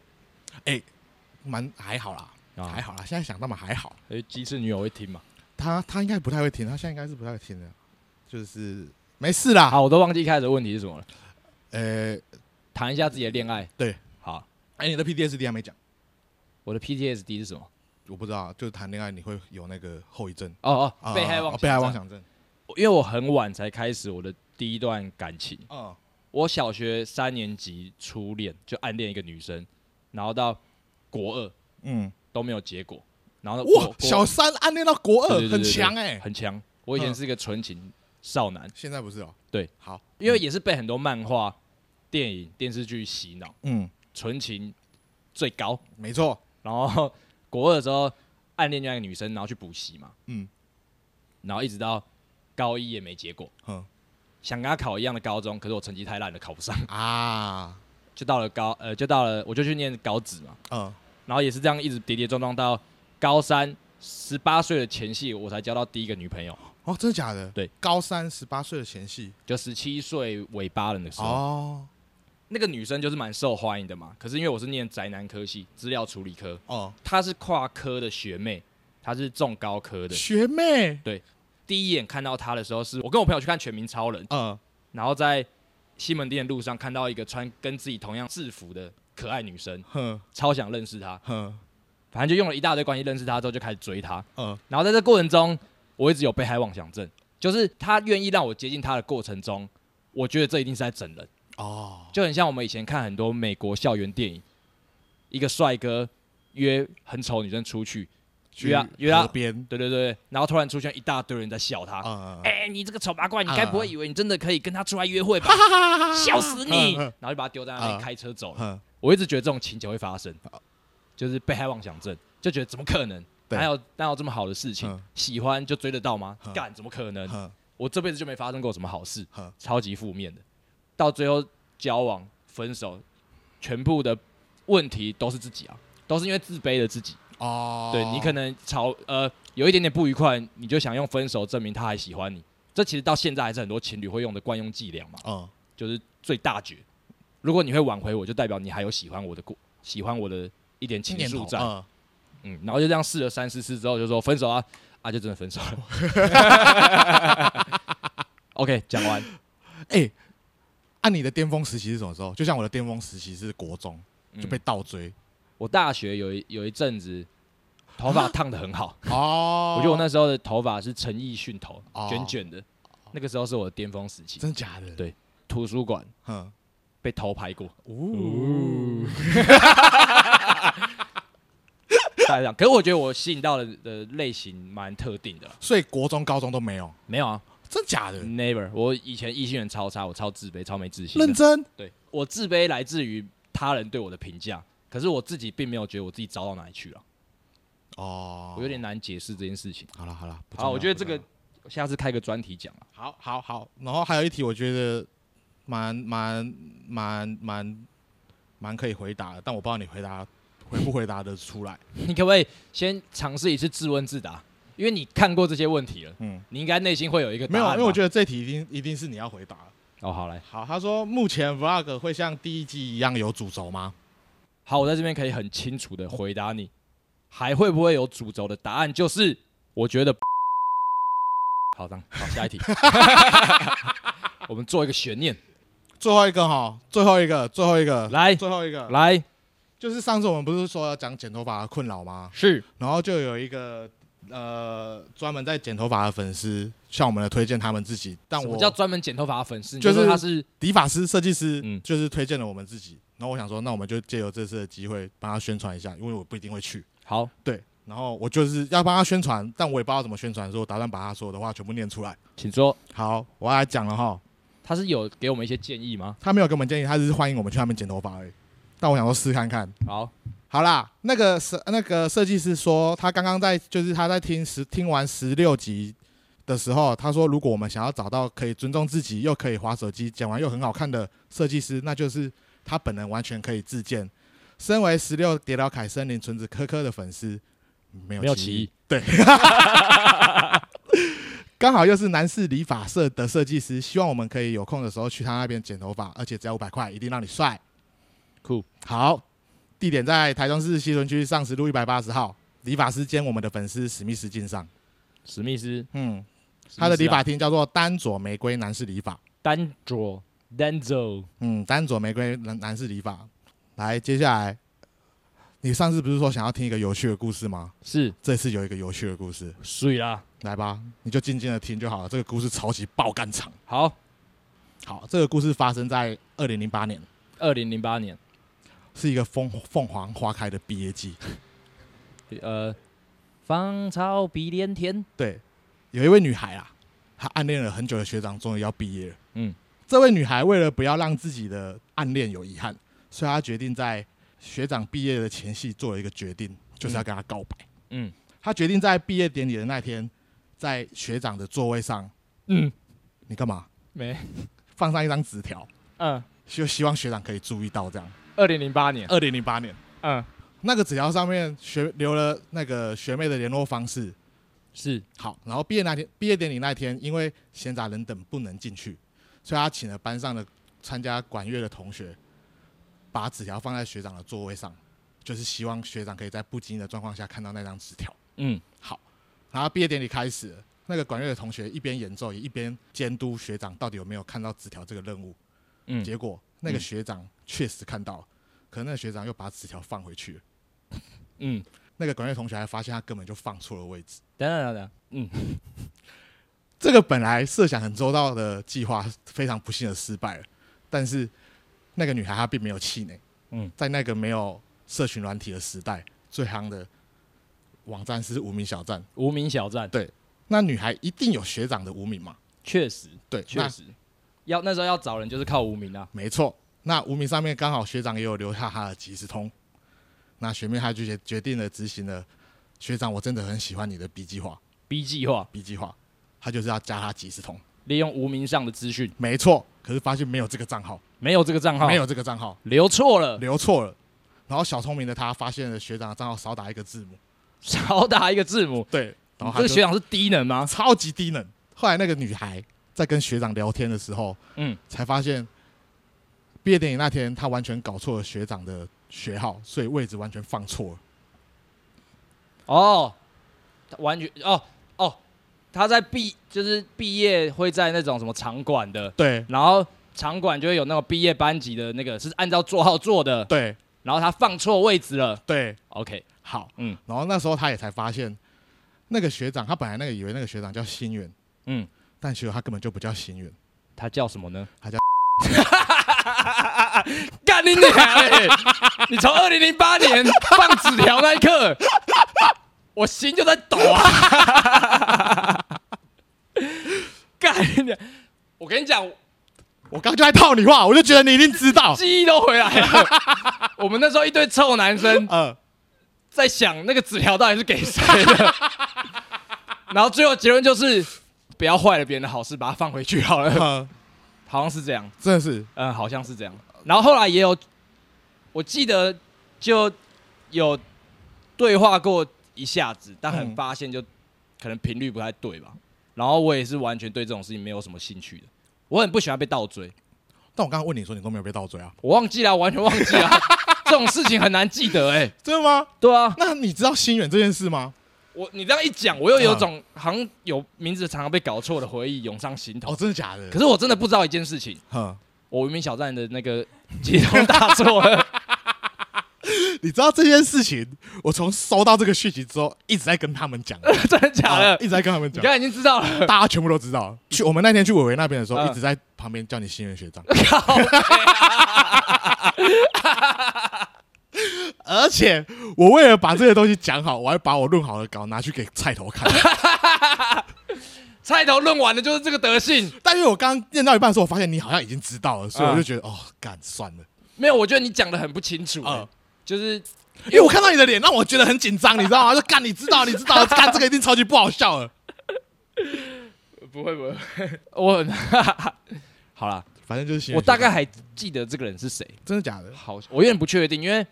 Speaker 1: 蛮还好啦，嗯还
Speaker 2: 啊，
Speaker 1: 好啦，现在想到嘛还好，
Speaker 2: 哎，鸡翅女友会听嘛？
Speaker 1: 他他应该不太会听，他现在应该是不太会听的，就是没事啦，
Speaker 2: 好，我都忘记一开始的问题是什么了，
Speaker 1: 呃，
Speaker 2: 谈一下自己的恋爱。
Speaker 1: 对，
Speaker 2: 好，
Speaker 1: 哎，你的 PDSD 还没讲。
Speaker 2: 我的 PTSD 是什么？
Speaker 1: 我不知道，就是谈恋爱你会有那个后遗症，
Speaker 2: 哦
Speaker 1: 啊
Speaker 2: 哦，被害
Speaker 1: 啊
Speaker 2: 妄
Speaker 1: 被害妄
Speaker 2: 症，
Speaker 1: 想症。
Speaker 2: 因为我很晚才开始我的第一段感情，
Speaker 1: 嗯，
Speaker 2: 我小学三年级初恋就暗恋一个女生，然后到国二
Speaker 1: 嗯，
Speaker 2: 都没有结果，然后到呃国
Speaker 1: 哇，
Speaker 2: 国
Speaker 1: 小三暗恋到国二
Speaker 2: 对对，对
Speaker 1: 很
Speaker 2: 对
Speaker 1: 强哎。
Speaker 2: 很强，我以前
Speaker 1: 嗯
Speaker 2: 是一个纯情少男。
Speaker 1: 现在不是哦。
Speaker 2: 对，
Speaker 1: 好，
Speaker 2: 因为也是被很多漫画、电影、电视剧洗脑，
Speaker 1: 嗯，
Speaker 2: 纯情最高。
Speaker 1: 没错，
Speaker 2: 然后国二的时候暗恋另外一个女生，然后去补习嘛，
Speaker 1: 嗯
Speaker 2: 然后一直到高一也没结果，
Speaker 1: 哼
Speaker 2: 想跟她考一样的高中，可是我成绩太烂了，考不上，
Speaker 1: 啊，
Speaker 2: 就到了高呃，就到了我就去念高职嘛，
Speaker 1: 嗯，
Speaker 2: 然后也是这样一直跌跌撞撞到高三十八岁的前夕，我才交到第一个女朋友，
Speaker 1: 哦，真的假的？
Speaker 2: 对，
Speaker 1: 高三十八岁的前戏
Speaker 2: 就十七岁尾巴了那时候。
Speaker 1: 哦，
Speaker 2: 那个女生就是蛮受欢迎的嘛。可是因为我是念宅男科系，资料处理科，
Speaker 1: 哦，
Speaker 2: 她是跨科的学妹，她是重高科的。
Speaker 1: 学妹，
Speaker 2: 第一眼看到她的时候是，我跟我朋友去看《全民超人》，
Speaker 1: 呃，
Speaker 2: 然后在西门町的路上看到一个穿跟自己同样制服的可爱女生，
Speaker 1: 哼
Speaker 2: 超想认识她。
Speaker 1: 哼，
Speaker 2: 反正就用了一大堆关系认识她之后，就开始追她。
Speaker 1: 呃，
Speaker 2: 然后在这过程中，我一直有被害妄想症，就是她愿意让我接近她的过程中，我觉得这一定是在整人。
Speaker 1: 哦，
Speaker 2: 就很像我们以前看很多美国校园电影，一个帅哥约很丑女生出去，
Speaker 1: 去
Speaker 2: 约啊约啊
Speaker 1: 河边，
Speaker 2: 对对对，然后突然出现一大堆人在笑他，哎、
Speaker 1: 呃，
Speaker 2: 你这个丑八怪，你
Speaker 1: 啊
Speaker 2: 该不会以为你真的可以跟他出来约会吧？笑死你！
Speaker 1: 嗯嗯
Speaker 2: 然后就把他丢在那
Speaker 1: 啊
Speaker 2: 里开车走了。
Speaker 1: 哼，
Speaker 2: 我一直觉得这种情节会发生，就是被害妄想症，就觉得怎么可能？
Speaker 1: 对
Speaker 2: 哪有哪有这么好的事情
Speaker 1: 嗯？
Speaker 2: 喜欢就追得到吗
Speaker 1: 嗯？
Speaker 2: 干怎么可能？
Speaker 1: 哼，
Speaker 2: 我这辈子就没发生过什么好事
Speaker 1: 呵，
Speaker 2: 超级负面的，到最后交往、分手，全部的问题都是自己啊，都是因为自卑的自己。
Speaker 1: 哦，
Speaker 2: 对你可能吵呃有一点点不愉快，你就想用分手证明他还喜欢你，这其实到现在还是很多情侣会用的惯用伎俩嘛，
Speaker 1: 嗯，
Speaker 2: 就是最大绝。如果你会挽回我，就代表你还有喜欢我的过，喜欢我的一点情
Speaker 1: 念
Speaker 2: 愫
Speaker 1: 头，
Speaker 2: 在，
Speaker 1: 嗯
Speaker 2: 嗯，然后就这样试了三四次之后，就说分手啊，啊，就真的分手了。OK，讲完。
Speaker 1: 哎，按你的巅峰时期是什么时候？就像我的巅峰时期是国中， 就被
Speaker 2: 嗯
Speaker 1: 倒追。
Speaker 2: 我大学有一有一阵子，头发烫的很好，
Speaker 1: 哦
Speaker 2: 我觉得我那时候的头发是陈奕迅头，
Speaker 1: 哦
Speaker 2: 卷卷的，那个时候是我的巅峰时期。
Speaker 1: 真的假的？
Speaker 2: 对图书馆
Speaker 1: 哼，哦
Speaker 2: 被偷拍过，嗯
Speaker 1: 呜，
Speaker 2: 大概这样。可是我觉得我吸引到的的类型蛮特定的啦，
Speaker 1: 所以国中、高中都没有，
Speaker 2: 没有啊
Speaker 1: 真假的？
Speaker 2: ，never。我以前异性缘超差，我超自卑，超没自信的。
Speaker 1: 认真
Speaker 2: 对我自卑来自于他人对我的评价，可是我自己并没有觉得我自己糟到哪里去了，啊
Speaker 1: 哦，
Speaker 2: 我有点难解释这件事情。啊
Speaker 1: 好了好了，不重
Speaker 2: 好，
Speaker 1: 要
Speaker 2: 我觉得这
Speaker 1: 不重要
Speaker 2: 个下次开个专题讲啊。
Speaker 1: 好，好，好。然后还有一题，我觉得蛮蛮蛮蛮蛮可以回答的，但我不知道你回答回不回答得出来。
Speaker 2: 你可不可以先尝试一次自问自答？因为你看过这些问题了，
Speaker 1: 嗯，
Speaker 2: 你应该内心会有啊一个
Speaker 1: 没有，啊因为我觉
Speaker 2: 得
Speaker 1: 得这题一定一定是你要回答的。
Speaker 2: 哦，好来，
Speaker 1: 好，他说目前 vlog 会像第一季一样有主轴吗？
Speaker 2: 好，我在这边可以很清楚的回答你，还会不会有主轴的答案？就是我觉得 好，当好下一 题，我们做一个悬念，
Speaker 1: 最后一个哈，最后一个，最后一个，
Speaker 2: 来
Speaker 1: 最后一个，
Speaker 2: 来
Speaker 1: 就是上次我们不是说要讲剪头发的困扰吗？
Speaker 2: 是
Speaker 1: 然后就有一个呃专门在剪头发的粉丝向我们的推荐他们自己，但
Speaker 2: 什
Speaker 1: 我
Speaker 2: 么叫专门剪头发的粉丝？你
Speaker 1: 就
Speaker 2: 就是是他是
Speaker 1: 理发师、设计师，
Speaker 2: 嗯
Speaker 1: 就是推荐了我们自己。然后我想说，那我们就借由这次的机会帮他宣传一下，因为我不一定会去。
Speaker 2: 好，
Speaker 1: 对，然后我就是要帮他宣传，但我也不知道怎么宣传，所以我打算把他说的话全部念出来。
Speaker 2: 请说，
Speaker 1: 好，我要来讲了哈。
Speaker 2: 他是有给我们一些建议吗？
Speaker 1: 他没有给我们建议，他只是欢迎我们去那边剪头发而已。但我想说试看看。
Speaker 2: 好，
Speaker 1: 好啦，那个设那个设计师说，他刚刚在就是他在听十听完十六集的时候，他说，如果我们想要找到可以尊重自己又可以划手机、剪完又很好看的设计师，那就是他本人完全可以自荐。身为十六叠老凯森林纯子科科的粉丝，没有
Speaker 2: 没有
Speaker 1: 歧
Speaker 2: 歧义
Speaker 1: 义，对，刚好又是男士理发社的设计师，希望我们可以有空的时候去他那边剪头发，而且只要五百块，一定让你帅。
Speaker 2: 酷，
Speaker 1: 好，地点在台中市西屯区上十路一百八十号，理发师兼我们的粉丝史密斯敬上。
Speaker 2: 史密斯，
Speaker 1: 嗯，他的
Speaker 2: 史密
Speaker 1: 理
Speaker 2: 斯啊
Speaker 1: 发厅叫做丹佐玫瑰男士理发。
Speaker 2: 丹佐 Danzo，
Speaker 1: 嗯，丹佐玫瑰男男士理发。来，接下来，你上次不是说想要听一个有趣的故事吗？
Speaker 2: 是
Speaker 1: 这次有一个有趣的故事，
Speaker 2: 水啦。
Speaker 1: 来吧，你就静静的听就好了。这个故事超级爆肝长。
Speaker 2: 好，
Speaker 1: 好，这个故事发生在二零零八年，
Speaker 2: 二零零八年，
Speaker 1: 是一个凤凤凰花开的毕业季。
Speaker 2: 呃，芳草碧连天，
Speaker 1: 对，有一位女孩啊，她暗恋了很久的学长，终于要毕业了。
Speaker 2: 嗯，
Speaker 1: 这位女孩为了不要让自己的暗恋有遗憾，所以她决定在学长毕业的前夕做了一个决定，就是要跟他告白。
Speaker 2: 嗯
Speaker 1: 她决定在毕业典礼的那天，在学长的座位上，
Speaker 2: 嗯，
Speaker 1: 你干嘛
Speaker 2: 没，
Speaker 1: 放上一张纸条，
Speaker 2: 嗯，
Speaker 1: 就希望学长可以注意到这样。
Speaker 2: 二零零八年，
Speaker 1: 二零零八年。
Speaker 2: 嗯，
Speaker 1: 那个纸条上面学留了那个学妹的联络方式。
Speaker 2: 是
Speaker 1: 好，然后毕业那天，毕业典礼那天，因为闲杂人等不能进去，所以他请了班上的参加管乐的同学把纸条放在学长的座位上，就是希望学长可以在不经意的状况下看到那张纸条。
Speaker 2: 嗯，
Speaker 1: 好，然后毕业典礼开始了，那个管乐的同学一边演奏，也一边监督学长到底有没有看到纸条这个任务。
Speaker 2: 嗯
Speaker 1: 结果那个
Speaker 2: 嗯
Speaker 1: 学长确实看到了，可是那个学长又把纸条放回去了。
Speaker 2: 嗯，
Speaker 1: 那个管乐同学还发现他根本就放错了位置。
Speaker 2: 等等等等，嗯，
Speaker 1: 这个本来设想很周到的计划，非常不幸的失败了。但是那个女孩她并没有气馁，
Speaker 2: 嗯，
Speaker 1: 在那个没有社群软体的时代，最夯的网站是无名小站。
Speaker 2: 无名小站，
Speaker 1: 对那女孩一定有学长的无名嘛？
Speaker 2: 确实
Speaker 1: 对，
Speaker 2: 确
Speaker 1: 那
Speaker 2: 实，要那时候要找人就是靠无名啊，
Speaker 1: 没错。那无名上面刚好学长也有留下他的即时通，那学妹她就决决定了执行了学长，我真的很喜欢你的 B 计划
Speaker 2: B 计划
Speaker 1: ，B 计划，她就是要加他即时通，
Speaker 2: 利用无名上的资讯，
Speaker 1: 没错。可是发现没有这个账号，
Speaker 2: 没有这个账号，
Speaker 1: 没有这个账号，
Speaker 2: 留错了，
Speaker 1: 留错了。然后小聪明的他发现了学长的账号少打一个字母，
Speaker 2: 少打一个字母。
Speaker 1: 对，然后他
Speaker 2: 这个学
Speaker 1: 就
Speaker 2: 长是低能吗？
Speaker 1: 超级低能。后来那个女孩在跟学长聊天的时候，
Speaker 2: 嗯，
Speaker 1: 才发现毕业典礼那天她完全搞错了学长的学号，所以位置完全放错了。
Speaker 2: 哦，他完全哦哦，他在毕就是毕业会在那种什么场馆的，
Speaker 1: 对
Speaker 2: 然后场馆就会有那种毕业班级的那个是按照座号做的，
Speaker 1: 对
Speaker 2: 然后他放错位置了。
Speaker 1: 对，
Speaker 2: OK，
Speaker 1: 好，
Speaker 2: 嗯
Speaker 1: 然后那时候她也才发现，那个学长，她本来那个以为那个学长叫心远，
Speaker 2: 嗯，
Speaker 1: 但其实他根本就不叫心远，
Speaker 2: 他叫什么呢？
Speaker 1: 他叫
Speaker 2: 干你娘嘞！你从二零零八年放纸条那 一刻，我心就在抖啊！ 干你娘！我跟你讲，
Speaker 1: 我刚刚就在套你话，我就觉得你一定知道。
Speaker 2: 记忆都回来 了。我们那时候一堆臭男生
Speaker 1: 呃，
Speaker 2: 在想那个纸条到底是给谁的， 然后最后结论就是不要坏了别人的好事，把它放回去好了。
Speaker 1: 呃
Speaker 2: 好像是这样，
Speaker 1: 真的是
Speaker 2: 嗯，好像是这样。然后后来也有，我记得就有对话过一下子，但很
Speaker 1: 嗯
Speaker 2: 发现就可能频率不太对吧。然后我也是完全对这种事情没有什么兴趣的，我很不喜欢被倒追。
Speaker 1: 但我刚刚问你说你都没有被倒追啊？
Speaker 2: 我忘记了，我完全忘记了， 这种事情很难记得哎、
Speaker 1: 真的吗？
Speaker 2: 对啊，
Speaker 1: 那你知道心远这件事吗？
Speaker 2: 我你这样一讲，我又有种好像有名字常常被搞错的回忆涌上心头
Speaker 1: 哦，。真的假的？
Speaker 2: 可是我真的不知道一件事情，
Speaker 1: 哼，
Speaker 2: 我无名小站的那个集中大作了。
Speaker 1: 你知道这件事情，我从收到这个讯息之后，一直在跟他们讲，
Speaker 2: 真的假
Speaker 1: 啊
Speaker 2: 的？
Speaker 1: 一直在跟他们
Speaker 2: 你
Speaker 1: 讲，
Speaker 2: 刚才已经知道了。
Speaker 1: 大家全部都知道。去我们那天去伟伟那边的时候，
Speaker 2: 嗯
Speaker 1: 一直在旁边叫你心远学长，
Speaker 2: 靠啊
Speaker 1: 而且我为了把这些东西讲好，我还把我论好的稿拿去给菜头看。
Speaker 2: 菜头论完了就是这个德性。
Speaker 1: 但因为我刚刚念到一半的时候，我发现你好像已经知道了，
Speaker 2: 嗯
Speaker 1: 所以我就觉得哦，干算了，
Speaker 2: 没有，我觉得你讲的很不清楚、欸
Speaker 1: 嗯
Speaker 2: 就是
Speaker 1: 因为我看到你的脸，让我觉得很紧张，你知道吗？就 干，你知道，你知道，干这个一定超级不好笑了。
Speaker 2: 不会不会， 我很好啦，
Speaker 1: 反正就是心远
Speaker 2: 我
Speaker 1: 学
Speaker 2: 大概
Speaker 1: 长
Speaker 2: 还记得这个人是谁。
Speaker 1: 真的假的，
Speaker 2: 好，我有点不确定，因为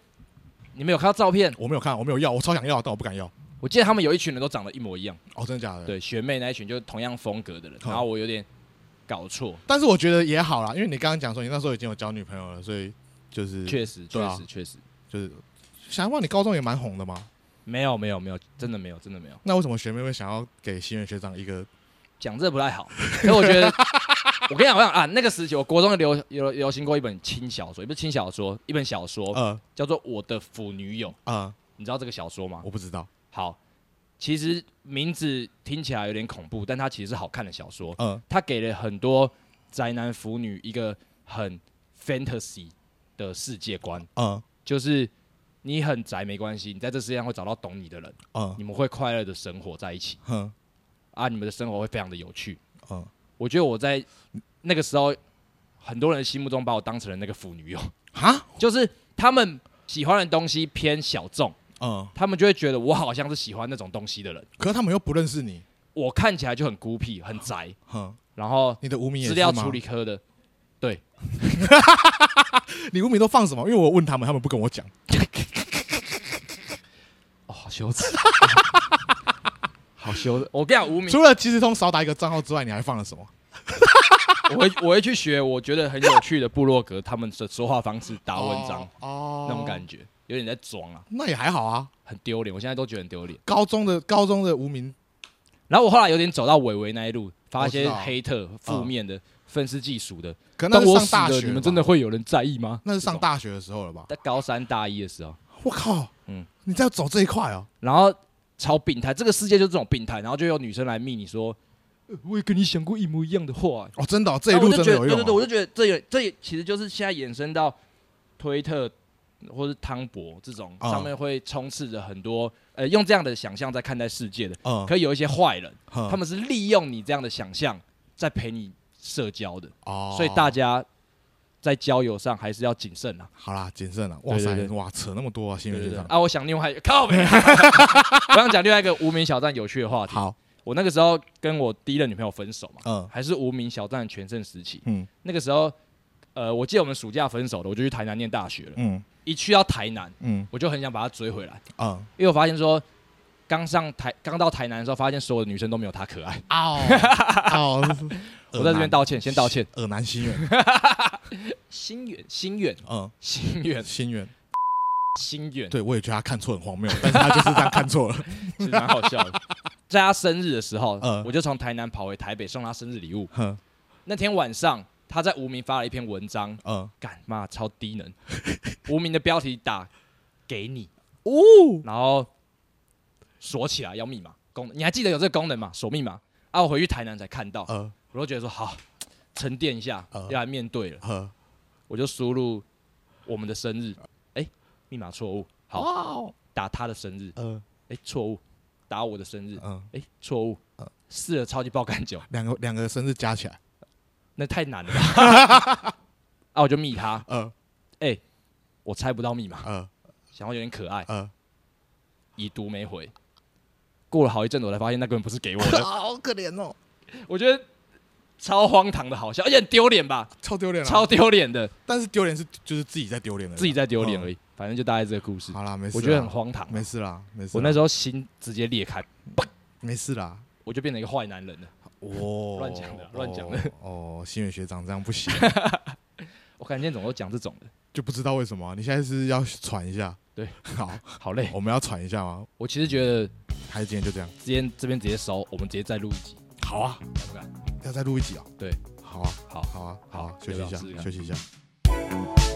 Speaker 2: 你们有看到照片，
Speaker 1: 我没有看，我没有要，我超想要，但我不敢要。
Speaker 2: 我记得他们有一群人都长得一模一样。
Speaker 1: 哦，真的假的？
Speaker 2: 对，学妹那一群就是同样风格的人，
Speaker 1: 好
Speaker 2: 然后我有点搞错，
Speaker 1: 但是我觉得也好啦，因为你刚刚讲说你那时候已经有交女朋友了，所以就是
Speaker 2: 确实，
Speaker 1: 对
Speaker 2: 确
Speaker 1: 啊
Speaker 2: 实，确实，
Speaker 1: 就是想问你高中也蛮红的嘛，
Speaker 2: 没有，没有，没有，真的没有，真的没有，
Speaker 1: 那为什么学妹会想要给新源学长一个
Speaker 2: 讲这不太好，因为我觉得， 我跟你讲，我跟你讲啊，那个时期，我国中流有流行过一本轻小说，也不是轻小说，一本小说
Speaker 1: 呃
Speaker 2: 叫做《我的腐女友》，
Speaker 1: 呃，
Speaker 2: 你知道这个小说吗？
Speaker 1: 我不知道
Speaker 2: 好，其实名字听起来有点恐怖，但它其实是好看的小说，
Speaker 1: 呃
Speaker 2: 它给了很多宅男腐女一个很 fantasy 的世界观。
Speaker 1: 呃
Speaker 2: 就是你很宅没关系，你在这世界上会找到懂你的人，
Speaker 1: 呃
Speaker 2: 你们会快乐的生活在一起
Speaker 1: 哼
Speaker 2: 啊，你们的生活会非常的有趣。
Speaker 1: 呃
Speaker 2: 我觉得我在那个时候，很多人心目中把我当成了那个腐女友，
Speaker 1: 哈
Speaker 2: 就是他们喜欢的东西偏小众，
Speaker 1: 呃，
Speaker 2: 他们就会觉得我好像是喜欢那种东西的人，
Speaker 1: 可是他们又不认识你，
Speaker 2: 我看起来就很孤僻、很宅，
Speaker 1: 哼，
Speaker 2: 然后
Speaker 1: 你的无名也
Speaker 2: 资
Speaker 1: 是
Speaker 2: 料
Speaker 1: 吗
Speaker 2: 处理，科的，
Speaker 1: 你无名都放什么？因为我问他们，他们不跟我讲。
Speaker 2: 哦，好羞耻。好羞！我跟你讲，无名
Speaker 1: 除了即时通少打一个账号之外，你还放了什么？
Speaker 2: 我会我会去学我觉得很有趣的部落格他们的说话方式、打啊文章、
Speaker 1: 哦，
Speaker 2: 那种
Speaker 1: 觉，
Speaker 2: 感觉，有点在装啊，
Speaker 1: 那也还好啊。
Speaker 2: 很丢脸。我现在都觉得很丢脸。
Speaker 1: 高中的高中的无名，
Speaker 2: 然后我后来有点走到伟伟那一路，发一
Speaker 1: 我
Speaker 2: 些
Speaker 1: 知道
Speaker 2: 黑特、负面的、愤世嫉俗的。
Speaker 1: 可能
Speaker 2: 当
Speaker 1: 那
Speaker 2: 我
Speaker 1: 是
Speaker 2: 死
Speaker 1: 上大
Speaker 2: 了，
Speaker 1: 学，
Speaker 2: 你们真的，会有人在意吗？
Speaker 1: 那是上大学的时候了吧？
Speaker 2: 在高三大一的时候，
Speaker 1: 我靠，
Speaker 2: 嗯
Speaker 1: 嗯，你在走这一块哦，
Speaker 2: 然后超病态，这个世界就是这种病态，然后就有女生来密你说，呃我也跟你想过一模一样的话、
Speaker 1: 哦，真的哦，这一
Speaker 2: 然后
Speaker 1: 路
Speaker 2: 我
Speaker 1: 真
Speaker 2: 就
Speaker 1: 的
Speaker 2: 觉得，
Speaker 1: 有
Speaker 2: 对对对，
Speaker 1: 用
Speaker 2: 我
Speaker 1: 哦。
Speaker 2: 就觉得这有啊这也其实就是现在衍生到推特或是汤博这种
Speaker 1: 嗯
Speaker 2: 上面会充斥着很多呃用这样的想象在看待世界的，
Speaker 1: 嗯，
Speaker 2: 可以有一些坏人，他
Speaker 1: 他
Speaker 2: 们是利用你这样的想象在陪你社交的，
Speaker 1: 哦，
Speaker 2: 所以大家在交友上还是要谨慎啊。
Speaker 1: 好啦，谨慎了。哇
Speaker 2: 对
Speaker 1: 塞
Speaker 2: 对，
Speaker 1: 哇，扯那么多啊，新
Speaker 2: 对
Speaker 1: 闻学
Speaker 2: 对对
Speaker 1: 长。
Speaker 2: 啊！我想另外一个靠 北，我想讲另外一个无名小站有趣的话题。
Speaker 1: 好，
Speaker 2: 我那个时候跟我第一任女朋友分手嘛，
Speaker 1: 嗯
Speaker 2: 还是无名小站全盛时期。
Speaker 1: 嗯
Speaker 2: 那个时候，呃，我记得我们暑假分手的，我就去台南念大学了。
Speaker 1: 嗯
Speaker 2: 一去到台南，
Speaker 1: 嗯
Speaker 2: 我就很想把她追回来，
Speaker 1: 嗯，
Speaker 2: 因为我发现说，刚上台刚到台南的时候，发现所有的女生都没有她可爱。
Speaker 1: 哦哦，
Speaker 2: 我在这边道歉，先道歉。
Speaker 1: 耳南心愿，
Speaker 2: 心远，心远，
Speaker 1: 嗯，
Speaker 2: 心远，
Speaker 1: 心愿。
Speaker 2: 心远，
Speaker 1: 对，我也觉得他看错很荒谬，但是他就是这样看错 了。
Speaker 2: 其实蛮好笑 的。在她生日的时候，
Speaker 1: 嗯
Speaker 2: 我就从台南跑回台北送她生日礼物。
Speaker 1: 哼，
Speaker 2: 那天晚上，她在无名发了一篇文章，
Speaker 1: 嗯，
Speaker 2: 干妈超低能，无名的标题打给你，
Speaker 1: 哦，
Speaker 2: 然后锁起来要密码功能，你还记得有这个功能吗？锁密码啊！我回去台南才看到，
Speaker 1: 呃
Speaker 2: 我就觉得说好沉淀一下，
Speaker 1: 呃
Speaker 2: 要来面对了，
Speaker 1: 呵，
Speaker 2: 我就输入我们的生日，哎，密码错误，好
Speaker 1: 好，
Speaker 2: 打他的生日，
Speaker 1: 呃
Speaker 2: 哎，错误，打我的生日，
Speaker 1: 嗯，
Speaker 2: 哎，错误
Speaker 1: 呃，
Speaker 2: 试了超级爆干酒，
Speaker 1: 两个两个生日加起来，
Speaker 2: 那太难了吧？ 啊，我就密他，
Speaker 1: 呃
Speaker 2: 我猜不到密码，
Speaker 1: 呃
Speaker 2: 想要有点可爱，
Speaker 1: 呃，
Speaker 2: 已读没回。过了好一阵子，我才发现那根本不是给我 的，
Speaker 1: 好可怜哦，
Speaker 2: 我觉得超荒唐的好笑，而且很丢脸吧，
Speaker 1: 超丢脸了。啊
Speaker 2: 超，丢脸的，
Speaker 1: 但是丢脸是就是自己在丢脸了，
Speaker 2: 自己在丢脸而已。反正就大概这个故事
Speaker 1: 嗯嗯。，好啦，没事啦，
Speaker 2: 我觉得很荒唐。
Speaker 1: 没事啦，没事啦。
Speaker 2: 我那时候心直接裂开，
Speaker 1: 没事啦。
Speaker 2: 我就变成一个坏男人了。
Speaker 1: 哦，
Speaker 2: 乱讲的乱讲的
Speaker 1: 哦。哦，新宇学长这样不 行，
Speaker 2: 我感觉今天怎么都讲这种的，
Speaker 1: 就不知道为什么啊。你现在是要喘一下？
Speaker 2: 对，
Speaker 1: 好，
Speaker 2: 好累。
Speaker 1: 我们要喘一下吗？
Speaker 2: 我其实觉得
Speaker 1: 还是今天就这样？
Speaker 2: 今天这边直接收，我们直接再录一集，
Speaker 1: 好啊，
Speaker 2: 敢不敢？
Speaker 1: 要再录一集啊？
Speaker 2: 对，
Speaker 1: 好啊，
Speaker 2: 好，
Speaker 1: 好啊，
Speaker 2: 好
Speaker 1: 好，休息一
Speaker 2: 要不要试试
Speaker 1: 下，
Speaker 2: 看
Speaker 1: 休息一下。